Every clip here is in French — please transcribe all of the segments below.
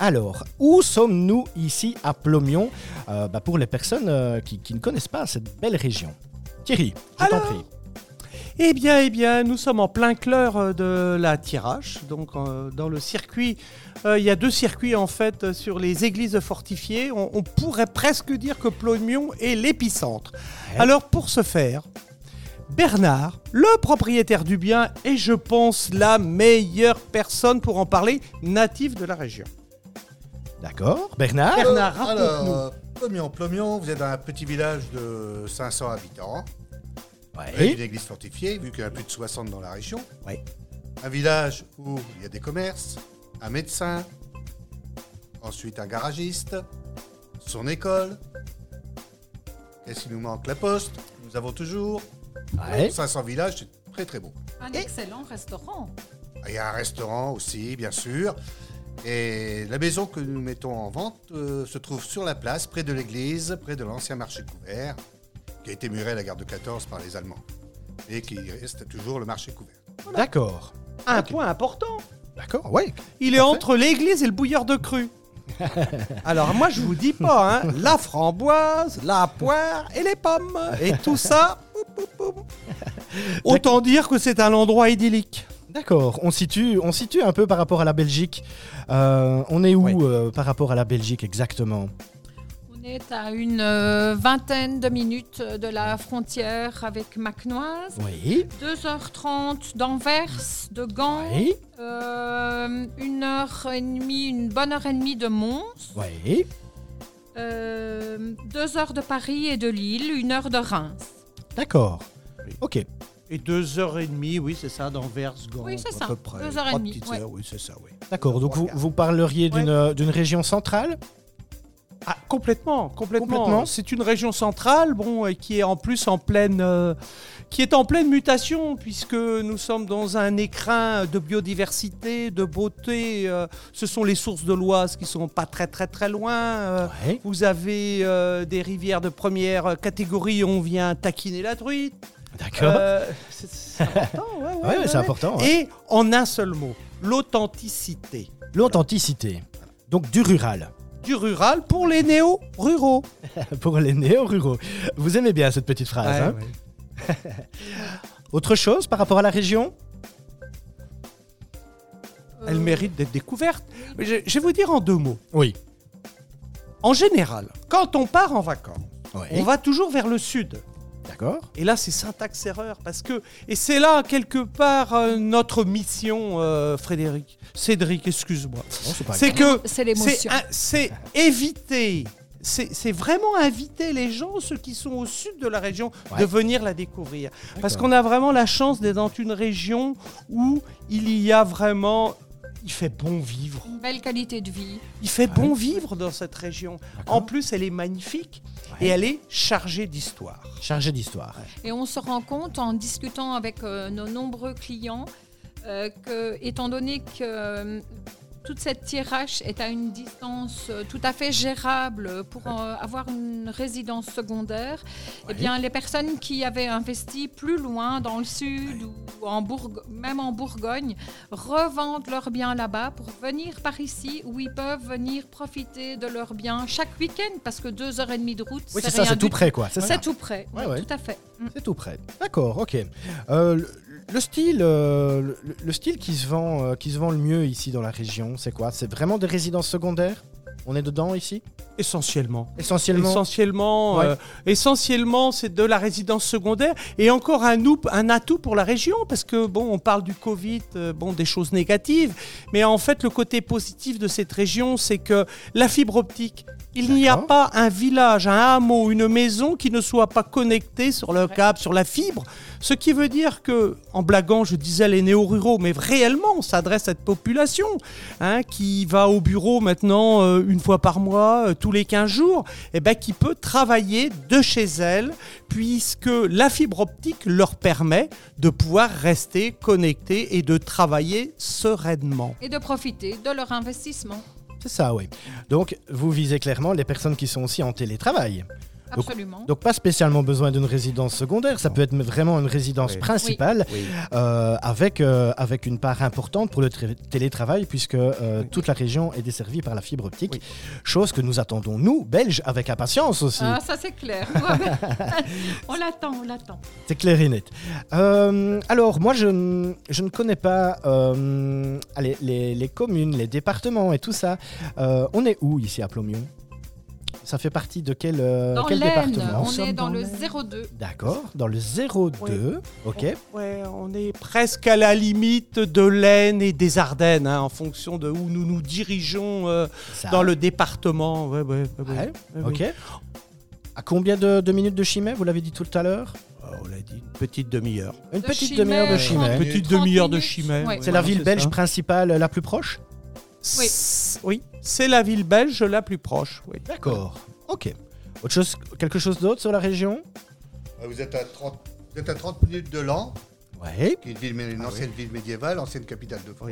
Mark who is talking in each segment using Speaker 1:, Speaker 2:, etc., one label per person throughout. Speaker 1: Alors, où sommes-nous ici à Plomion Euh, bah, Pour les personnes euh, qui, qui ne connaissent pas cette belle région. Thierry, je t'en
Speaker 2: Alors,
Speaker 1: prie.
Speaker 2: Eh bien, eh bien, nous sommes en plein cœur euh, de la tirage. Donc, euh, dans le circuit, euh, il y a deux circuits en fait euh, sur les églises fortifiées. On, on pourrait presque dire que Plomion est l'épicentre.
Speaker 1: Ouais.
Speaker 2: Alors, pour ce faire, Bernard, le propriétaire du bien, est, je pense, la meilleure personne pour en parler, natif de la région.
Speaker 1: D'accord. Bernard
Speaker 2: Bernard,
Speaker 3: Alors,
Speaker 2: raconte-nous.
Speaker 3: euh, Plomion, Plomion, vous êtes un petit village de 500 habitants, avec
Speaker 1: Ouais.
Speaker 3: une église fortifiée, vu qu'il y en a plus de 60 dans la région.
Speaker 2: Ouais.
Speaker 3: Un village où il y a des commerces, un médecin, ensuite un garagiste, son école. Qu'est-ce qui nous manque La poste, nous avons toujours.
Speaker 1: Ouais.
Speaker 3: 500 villages, c'est très très beau.
Speaker 4: Un excellent restaurant.
Speaker 3: Il y a un restaurant aussi, bien sûr. Et la maison que nous mettons en vente euh, se trouve sur la place, près de l'église, près de l'ancien marché couvert, qui a été muré à la guerre de 14 par les Allemands. Et qui reste toujours le marché couvert.
Speaker 1: D'accord.
Speaker 2: Un point important.
Speaker 1: D'accord, ouais.
Speaker 2: Il est entre l'église et le bouilleur de cru. Alors moi je vous dis pas, hein, la framboise, la poire et les pommes. Et tout ça, boum, boum, boum. autant dire que c'est un endroit idyllique.
Speaker 1: D'accord. On situe, on situe un peu par rapport à la Belgique. Euh, on est où
Speaker 2: Ouais.
Speaker 1: euh, par rapport à la Belgique exactement
Speaker 4: On est à une euh, vingtaine de minutes euh, de la frontière avec Macnoise.
Speaker 1: Oui.
Speaker 4: 2h30 d'Anvers, de Gand.
Speaker 1: Oui.
Speaker 4: Euh, une heure et demie, une bonne heure et demie de Mons.
Speaker 1: Oui.
Speaker 4: Euh, deux heures de Paris et de Lille. Une heure de Reims.
Speaker 1: D'accord.
Speaker 2: Oui.
Speaker 1: Ok.
Speaker 2: Et deux heures et demie, oui c'est ça, d'Anvers, Gand,
Speaker 4: Oui, c'est
Speaker 2: à
Speaker 4: ça.
Speaker 2: peu près.
Speaker 4: Deux heures et
Speaker 2: Trois
Speaker 4: demie,
Speaker 2: petites
Speaker 4: ouais.
Speaker 2: heures, oui c'est ça, oui.
Speaker 1: D'accord. Donc vous,
Speaker 2: Trois quarts.
Speaker 1: vous parleriez d'une euh, d'une région centrale
Speaker 2: Ah, complètement, complètement.
Speaker 1: Complètement.
Speaker 2: C'est une région centrale, bon, et qui est en plus en pleine, euh, qui est en pleine mutation, puisque nous sommes dans un écrin de biodiversité, de beauté. euh, ce sont les sources de l'Oise qui sont pas très, très, très loin. euh,
Speaker 1: Ouais.
Speaker 2: Vous avez euh, des rivières de première catégorie, on vient taquiner la truite.
Speaker 1: D'accord.
Speaker 2: Euh, c'est- c'est important, ouais, ouais,
Speaker 1: ouais,
Speaker 2: ouais,
Speaker 1: c'est
Speaker 2: ouais.
Speaker 1: important. hein. ouais.
Speaker 2: Et en un seul mot, l'authenticité
Speaker 1: L'authenticité. Donc du rural
Speaker 2: du rural pour les néo-ruraux.
Speaker 1: pour les néo-ruraux. Vous aimez bien cette petite phrase. hein
Speaker 2: Ouais, ouais.
Speaker 1: Autre chose par rapport à la région
Speaker 2: Elle mérite d'être découverte. Je, je vais vous dire en deux mots.
Speaker 1: Oui.
Speaker 2: En général, quand on part en vacances,
Speaker 1: Ouais.
Speaker 2: on va toujours vers le sud.
Speaker 1: D'accord.
Speaker 2: Et là, c'est syntaxe erreur parce que et c'est là quelque part euh, notre mission, euh, Frédéric, Cédric, excuse-moi.
Speaker 1: Bon, c'est pas
Speaker 2: C'est que
Speaker 4: C'est
Speaker 2: c'est
Speaker 4: l'émotion.
Speaker 2: un- c'est éviter, c'est c'est vraiment inviter les gens, ceux qui sont au sud de la région,
Speaker 1: Ouais.
Speaker 2: de venir la découvrir.
Speaker 1: grave.
Speaker 2: Parce
Speaker 1: D'accord.
Speaker 2: qu'on a vraiment la chance d'être dans une région où il y a vraiment, il fait bon vivre.
Speaker 4: Une belle qualité de vie.
Speaker 2: Il fait bon vivre dans cette région.
Speaker 1: D'accord.
Speaker 2: En plus, elle est magnifique
Speaker 1: Ouais.
Speaker 2: et elle est chargée d'histoire.
Speaker 1: chargé d'histoire.
Speaker 4: Et on se rend compte en discutant avec euh, nos nombreux clients euh, que, étant donné que euh, toute cette tirage est à une distance euh, tout à fait gérable pour euh, avoir une résidence secondaire, eh bien les personnes qui avaient investi plus loin dans le sud ou en Bourg- même en Bourgogne revendent leurs biens là-bas pour venir par ici où ils peuvent venir profiter de leurs biens chaque week-end parce que deux heures et demie de route,
Speaker 1: Oui, c'est
Speaker 4: c'est
Speaker 1: ça,
Speaker 4: rien
Speaker 1: c'est tout
Speaker 4: du
Speaker 1: près quoi. C'est ça.
Speaker 4: c'est tout près,
Speaker 1: Ouais,
Speaker 4: oui,
Speaker 1: ouais.
Speaker 4: tout à fait. Mm.
Speaker 1: C'est tout près. D'accord, ok. Euh, le, le style, euh, le, le style qui se vend, euh, qui se vend le mieux ici dans la région, c'est quoi C'est vraiment des résidences secondaires On est dedans ici
Speaker 2: Essentiellement.
Speaker 1: Essentiellement.
Speaker 2: Essentiellement,
Speaker 1: Ouais.
Speaker 2: euh, essentiellement, c'est de la résidence secondaire et encore un, oup- un atout pour la région parce que bon, on parle du Covid, euh, bon, des choses négatives, mais en fait, le côté positif de cette région, c'est que la fibre optique. Il n'y a
Speaker 1: D'accord.
Speaker 2: pas un village, un hameau, une maison qui ne soit pas connectée sur le
Speaker 4: Ouais.
Speaker 2: câble, sur la fibre. Ce qui veut dire que, en blaguant, je disais les néo-ruraux, mais réellement, on s'adresse à cette population hein, qui va au bureau maintenant euh, une fois par mois, euh, tous les 15 jours, eh ben, qui peut travailler de chez elle, puisque la fibre optique leur permet de pouvoir rester connectés et de travailler sereinement.
Speaker 4: et de profiter de leur investissement.
Speaker 1: C'est ça, oui. Donc, vous visez clairement les personnes qui sont aussi en télétravail.
Speaker 4: absolument.
Speaker 1: Donc pas spécialement besoin d'une résidence secondaire, ça peut être vraiment une résidence
Speaker 2: Oui.
Speaker 1: principale
Speaker 2: Oui.
Speaker 1: euh, avec, euh, avec une part importante pour le tra- télétravail puisque euh, toute la région est desservie par la fibre optique,
Speaker 2: Oui.
Speaker 1: chose que nous attendons, nous, Belges, avec impatience aussi.
Speaker 4: Ah, ça c'est clair. Ouais. on l'attend, on l'attend.
Speaker 1: C'est clair et net. Euh, alors, moi, je, ne- je ne connais pas euh, allez, les, les communes, les départements et tout ça. Euh, on est où ici à Plomion Ça fait partie de quel, euh,
Speaker 4: Dans
Speaker 1: quel
Speaker 4: l'Aisne,
Speaker 1: département
Speaker 4: on est dans
Speaker 2: dans
Speaker 4: le
Speaker 2: l'Aisne.
Speaker 4: 02.
Speaker 1: D'accord, dans le 02. Ok.
Speaker 2: Ouais, on est presque à la limite de l'Aisne et des Ardennes, hein, en fonction de où nous nous dirigeons euh,
Speaker 1: ça.
Speaker 2: dans le département. Ouais, ouais, ouais, ouais.
Speaker 1: Ah. Ouais,
Speaker 2: Ouais,
Speaker 1: Ok.
Speaker 2: oui.
Speaker 1: À combien de, de minutes de chimay Vous l'avez dit tout à l'heure
Speaker 2: Euh, on l'a dit, une petite demi-heure.
Speaker 1: Une
Speaker 4: De
Speaker 1: petite
Speaker 4: Chimay,
Speaker 1: demi-heure de
Speaker 4: euh,
Speaker 1: chimay.
Speaker 2: Une petite
Speaker 4: 30
Speaker 2: demi-heure de
Speaker 4: minutes,
Speaker 2: chimay.
Speaker 4: ouais.
Speaker 1: C'est la
Speaker 2: voilà,
Speaker 1: ville
Speaker 2: c'est
Speaker 1: belge
Speaker 2: ça.
Speaker 1: principale la plus proche
Speaker 4: Oui.
Speaker 2: S- Oui, c'est la ville belge la plus proche. Oui.
Speaker 1: D'accord. Ok. Autre chose, quelque chose d'autre sur la région
Speaker 3: Euh, Vous êtes à 30, vous êtes à 30 minutes de Lan,
Speaker 1: Ouais.
Speaker 3: qui est une, ville mé- une ancienne ville médiévale, ancienne capitale de France.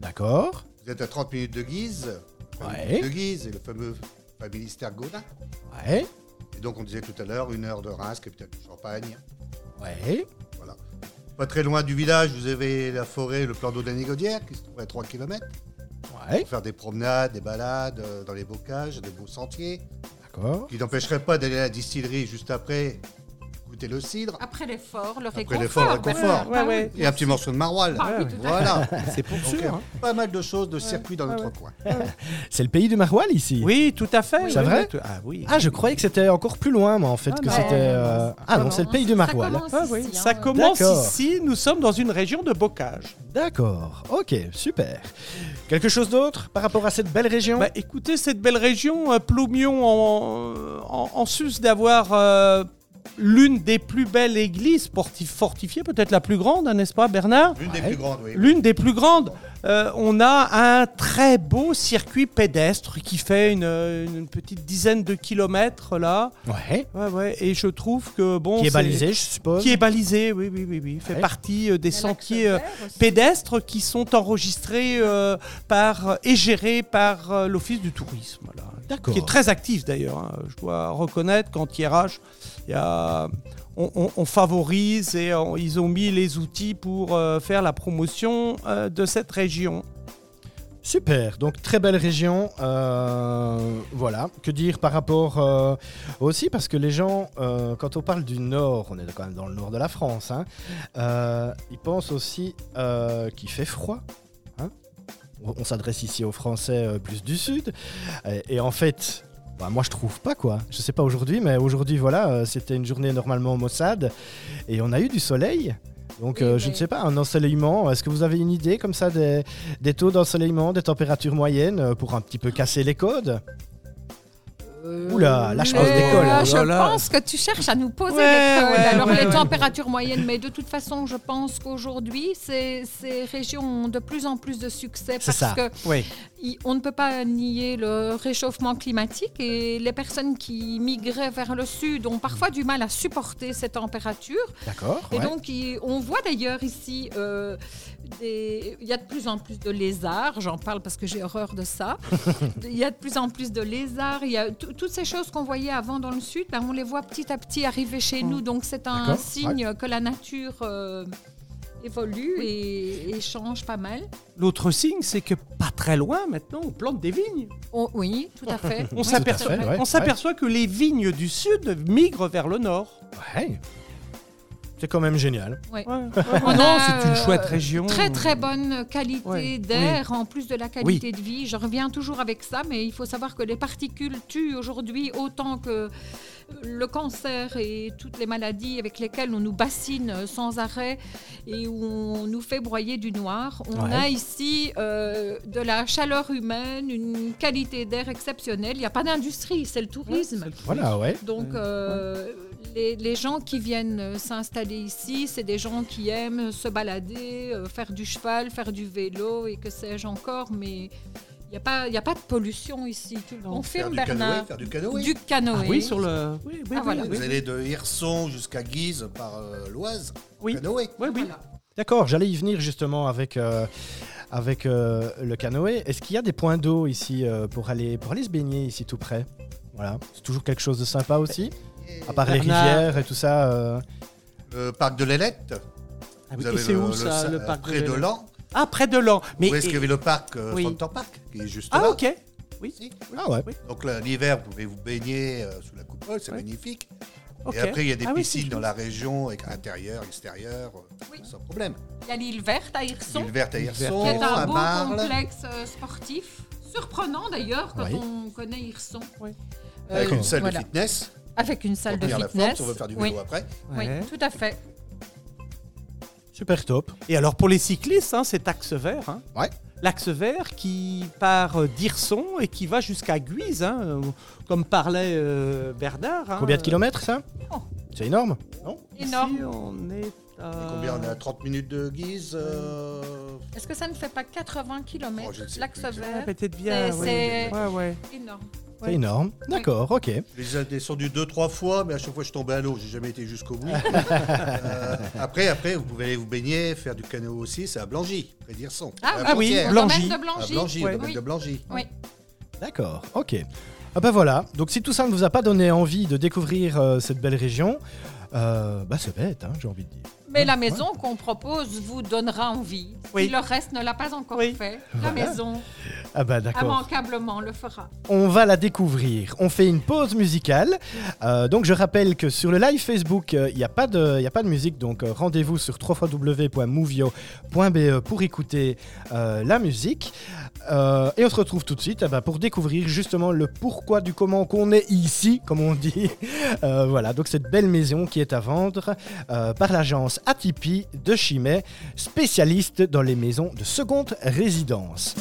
Speaker 1: D'accord.
Speaker 3: Vous êtes à 30 minutes de Guise, la fameuse
Speaker 1: Ouais.
Speaker 3: ville de Guise et le fameux fameux ministère Gaudin.
Speaker 1: Ouais.
Speaker 3: Et donc on disait tout à l'heure une heure de Reims, capitale du Champagne.
Speaker 1: Ouais.
Speaker 3: Voilà. Pas très loin du village, vous avez la forêt, le plan d'eau de la Négodière, qui se trouve à 3 km.
Speaker 1: Ouais.
Speaker 3: Pour faire des promenades, des balades euh, dans les bocages, des beaux sentiers,
Speaker 1: D'accord.
Speaker 3: qui n'empêcheraient pas d'aller à la distillerie juste après, goûter le cidre.
Speaker 4: Après l'effort, le
Speaker 3: Après
Speaker 4: réconfort.
Speaker 3: l'effort, le
Speaker 4: bah,
Speaker 3: réconfort.
Speaker 4: bah Ah, oui.
Speaker 2: Ouais,
Speaker 3: Et un petit morceau de maroilles.
Speaker 4: Ah oui,
Speaker 2: Ouais,
Speaker 4: tout à fait. Ah,
Speaker 3: Voilà.
Speaker 2: C'est pour
Speaker 3: Donc,
Speaker 2: sûr.
Speaker 3: euh,
Speaker 2: hein.
Speaker 3: pas mal de choses, de circuits dans
Speaker 2: Ouais,
Speaker 3: notre
Speaker 2: ouais.
Speaker 3: coin.
Speaker 1: C'est le pays du maroilles ici
Speaker 2: Oui, tout à fait.
Speaker 1: C'est
Speaker 2: oui,
Speaker 1: vrai
Speaker 2: oui, tout- Ah oui.
Speaker 1: Ah, je croyais que c'était encore plus loin, moi, en fait,
Speaker 2: Ah,
Speaker 1: que
Speaker 2: non.
Speaker 1: c'était. euh, Ah non, c'est le pays du
Speaker 4: Ça
Speaker 1: maroilles.
Speaker 4: commence
Speaker 2: Ah oui,
Speaker 4: ici, hein.
Speaker 2: Ça commence
Speaker 1: D'accord.
Speaker 2: ici, nous sommes dans une région de bocage.
Speaker 1: D'accord. Ok, super. Quelque chose d'autre par rapport à cette belle région
Speaker 2: Bah, écoutez, cette belle région, euh, Plomion, en, en, en sus d'avoir euh, l'une des plus belles églises porti- fortifiées, peut-être la plus grande, hein, n'est-ce pas Bernard
Speaker 3: L'une
Speaker 1: Ouais.
Speaker 3: des plus grandes, oui.
Speaker 2: L'une des plus grandes. Euh, on a un très beau circuit pédestre qui fait une, une petite dizaine de kilomètres là.
Speaker 1: Ouais.
Speaker 2: Ouais, ouais. Et je trouve que bon,
Speaker 1: Qui est
Speaker 2: c'est-
Speaker 1: balisé, je suppose.
Speaker 2: qui est balisé, oui, oui, oui, oui. Fait
Speaker 1: Ouais.
Speaker 2: partie euh, des
Speaker 4: Il y a l'axe
Speaker 2: sentiers euh,
Speaker 4: vert aussi.
Speaker 2: pédestres qui sont enregistrés euh, par et gérés par euh, l'Office du tourisme, voilà.
Speaker 1: D'accord.
Speaker 2: qui est très actif d'ailleurs. hein. Je dois reconnaître qu'en TIRH, il y a- on, on- on favorise et on- ils ont mis les outils pour euh, faire la promotion euh, de cette région.
Speaker 1: Super, donc très belle région. euh, voilà, que dire par rapport euh, aussi, parce que les gens, euh, quand on parle du nord, on est quand même dans le nord de la France, hein, euh, ils pensent aussi euh, qu'il fait froid. hein. on on s'adresse ici aux Français euh, plus du sud. euh, Et, en fait, bah, moi je trouve pas quoi. Je sais pas aujourd'hui, mais aujourd'hui, voilà, euh, c'était une journée normalement maussade et on a eu du soleil. Donc
Speaker 4: Oui,
Speaker 1: euh, je
Speaker 4: mais-
Speaker 1: ne sais pas, un ensoleillement, est-ce que vous avez une idée comme ça des, des taux d'ensoleillement, des températures moyennes euh, pour un petit peu casser les codes. Oula, là, je pense
Speaker 4: Euh, Mais,
Speaker 1: des cols.
Speaker 4: euh, Je
Speaker 2: Oh là là.
Speaker 4: pense que tu cherches à nous poser
Speaker 2: Ouais,
Speaker 4: des cols.
Speaker 2: ouais,
Speaker 4: Alors,
Speaker 2: ouais,
Speaker 4: les
Speaker 2: ouais.
Speaker 4: températures moyennes, mais de toute façon, je pense qu'aujourd'hui, ces, ces régions ont de plus en plus de succès
Speaker 1: C'est
Speaker 4: parce
Speaker 1: ça.
Speaker 4: que
Speaker 2: Oui.
Speaker 4: i- on ne peut pas nier le réchauffement climatique et les personnes qui migraient vers le sud ont parfois du mal à supporter ces températures.
Speaker 1: D'accord.
Speaker 4: Et
Speaker 1: ouais.
Speaker 4: donc, il- on voit d'ailleurs ici, euh, des- il y a de plus en plus de lézards, j'en parle parce que j'ai horreur de ça. il y a de plus en plus de lézards, il y a tout- toutes ces choses qu'on voyait avant dans le sud, ben, on les voit petit à petit arriver chez nous. Donc, c'est un
Speaker 1: Hmm. D'accord,
Speaker 4: signe que la nature euh, évolue et, et change pas mal.
Speaker 2: L'autre signe, c'est que pas très loin maintenant, on plante des vignes.
Speaker 4: On- Oh, oui, tout à fait.
Speaker 2: On
Speaker 4: Oui,
Speaker 2: s'aperçoit
Speaker 4: tout à fait.
Speaker 1: ouais.
Speaker 2: on s'aperçoit que les vignes du sud migrent vers le nord.
Speaker 1: Ouais. C'est quand même génial.
Speaker 4: On
Speaker 2: non,
Speaker 4: a,
Speaker 2: Oh, c'est une
Speaker 4: euh,
Speaker 2: chouette région.
Speaker 4: Très très bonne qualité
Speaker 2: Ouais.
Speaker 4: d'air en plus de la qualité de vie. Je reviens toujours avec ça, mais il faut savoir que les particules tuent aujourd'hui autant que le cancer et toutes les maladies avec lesquelles on nous bassine sans arrêt et où on nous fait broyer du noir. On
Speaker 1: Ouais.
Speaker 4: a ici euh, de la chaleur humaine, une qualité d'air exceptionnelle. Il n'y a pas d'industrie, c'est le tourisme.
Speaker 1: Voilà, ouais.
Speaker 4: Donc,
Speaker 2: Ouais.
Speaker 4: euh, les, les gens qui viennent euh, s'installer ici, c'est des gens qui aiment se balader, euh, faire du cheval, faire du vélo et que sais-je encore, mais il n'y a, pas- y a pas de pollution ici. Tu le
Speaker 2: Non.
Speaker 3: Faire
Speaker 4: confirmes,
Speaker 3: du canoë,
Speaker 4: Bernard
Speaker 3: faire du canoë.
Speaker 4: Du
Speaker 2: Ah
Speaker 4: canoë.
Speaker 2: oui, sur le. Oui, oui,
Speaker 4: Ah,
Speaker 2: oui,
Speaker 4: voilà.
Speaker 2: oui,
Speaker 3: Vous allez de Hirson jusqu'à Guise par euh, l'Oise,
Speaker 2: Oui.
Speaker 3: canoë.
Speaker 2: Oui, oui.
Speaker 4: Voilà.
Speaker 1: D'accord, j'allais y venir justement avec, euh, avec euh, le canoë. Est-ce qu'il y a des points d'eau ici euh, pour, aller, pour aller se baigner ici tout près Voilà. C'est toujours quelque chose de sympa aussi.
Speaker 3: Et
Speaker 1: À part
Speaker 2: Bernard.
Speaker 1: les rivières et tout ça. euh,
Speaker 3: Le parc de l'Ailette.
Speaker 2: Ah oui,
Speaker 3: vous
Speaker 2: et
Speaker 3: avez
Speaker 2: c'est
Speaker 3: le-
Speaker 2: où
Speaker 3: le
Speaker 2: ça,
Speaker 3: sa-
Speaker 2: le parc
Speaker 3: Près
Speaker 2: de
Speaker 3: de
Speaker 2: Lens
Speaker 3: l'An.
Speaker 2: Ah, près de l'an. Mais
Speaker 3: Où est-ce qu'il y avait le parc euh,
Speaker 2: oui.
Speaker 3: Fronton Park, qui est juste là.
Speaker 2: Ah, ok. Oui.
Speaker 3: Si.
Speaker 1: Ah ouais.
Speaker 3: Donc là, l'hiver, vous pouvez vous baigner euh, sous la coupole, c'est
Speaker 2: Ouais.
Speaker 3: magnifique.
Speaker 2: ok.
Speaker 3: Et après, il y a des
Speaker 2: Ah oui,
Speaker 3: piscines
Speaker 2: c'est
Speaker 3: dans
Speaker 2: chouette.
Speaker 3: la région, avec intérieur, extérieur, euh,
Speaker 4: Oui.
Speaker 3: sans problème.
Speaker 4: Il y a l'île verte à Hirson,
Speaker 3: L'île verte à
Speaker 2: L'île
Speaker 3: Hirson,
Speaker 4: qui est un
Speaker 3: à
Speaker 4: beau
Speaker 3: Marle.
Speaker 4: complexe euh, sportif. Surprenant d'ailleurs quand
Speaker 1: Oui.
Speaker 4: on connaît Hirson.
Speaker 2: Oui.
Speaker 3: Avec
Speaker 1: Euh,
Speaker 3: une salle
Speaker 4: voilà.
Speaker 3: de fitness,
Speaker 4: Avec une salle
Speaker 3: pour
Speaker 4: de
Speaker 3: tenir la forme,
Speaker 4: fitness.
Speaker 3: si on veut faire du
Speaker 4: oui.
Speaker 3: vélo après.
Speaker 4: oui,
Speaker 2: Ouais.
Speaker 4: tout à fait.
Speaker 1: Super top.
Speaker 2: Et alors pour les cyclistes, hein, c'est axe vert. hein.
Speaker 1: Ouais.
Speaker 2: L'axe vert qui part euh, d'Irson et qui va jusqu'à Guise, hein, euh, comme parlait euh, Bernard. hein.
Speaker 1: Combien de kilomètres ça
Speaker 4: Oh.
Speaker 1: C'est énorme. Non
Speaker 2: Ici,
Speaker 4: Énorme.
Speaker 2: on est à...
Speaker 3: Et combien on est à 30 minutes de guise euh,
Speaker 4: Est-ce que ça ne fait pas 80 km
Speaker 3: Oh, je ne sais
Speaker 4: l'axe
Speaker 3: plus.
Speaker 2: Ah,
Speaker 4: vert
Speaker 2: peut-être bien.
Speaker 4: C'est-
Speaker 2: oui.
Speaker 4: c'est-
Speaker 2: Ouais, ouais.
Speaker 4: Énorme.
Speaker 1: C'est énorme. D'accord, ok.
Speaker 3: Je les ai descendus deux, trois fois, mais à chaque fois, je tombais à l'eau. J'ai jamais été jusqu'au bout. Euh, après, après, vous pouvez aller vous baigner, faire du canot aussi. C'est à Blangy, près d'Irson.
Speaker 4: Ah,
Speaker 3: À la
Speaker 2: ah oui,
Speaker 3: frontière.
Speaker 4: Au
Speaker 2: Blangy.
Speaker 4: domaine de
Speaker 3: À
Speaker 4: Blangy.
Speaker 3: Blangy, au
Speaker 4: oui.
Speaker 3: domaine de Blangy.
Speaker 4: Oui.
Speaker 1: D'accord, ok. Ah ben voilà, donc si tout ça ne vous a pas donné envie de découvrir euh, cette belle région, euh, bah c'est bête, hein, j'ai envie de dire.
Speaker 4: Mais la maison qu'on propose vous donnera envie.
Speaker 2: Oui.
Speaker 4: Si le reste ne l'a pas encore
Speaker 2: Oui.
Speaker 4: fait,
Speaker 1: Voilà.
Speaker 4: la maison
Speaker 1: Ah bah d'accord.
Speaker 4: immanquablement le fera.
Speaker 1: On va la découvrir. On fait une pause musicale. Euh, donc je rappelle que sur le live Facebook, euh, il n'y a, pas de- il y a pas de musique, donc euh, rendez-vous sur www.movio.be pour écouter euh, la musique. Euh, et on se retrouve tout de suite eh ben, pour découvrir justement le pourquoi du comment qu'on est ici, comme on dit. Euh, voilà, donc cette belle maison qui est à vendre euh, par l'agence Atipi de Chimay, spécialiste dans les maisons de seconde résidence.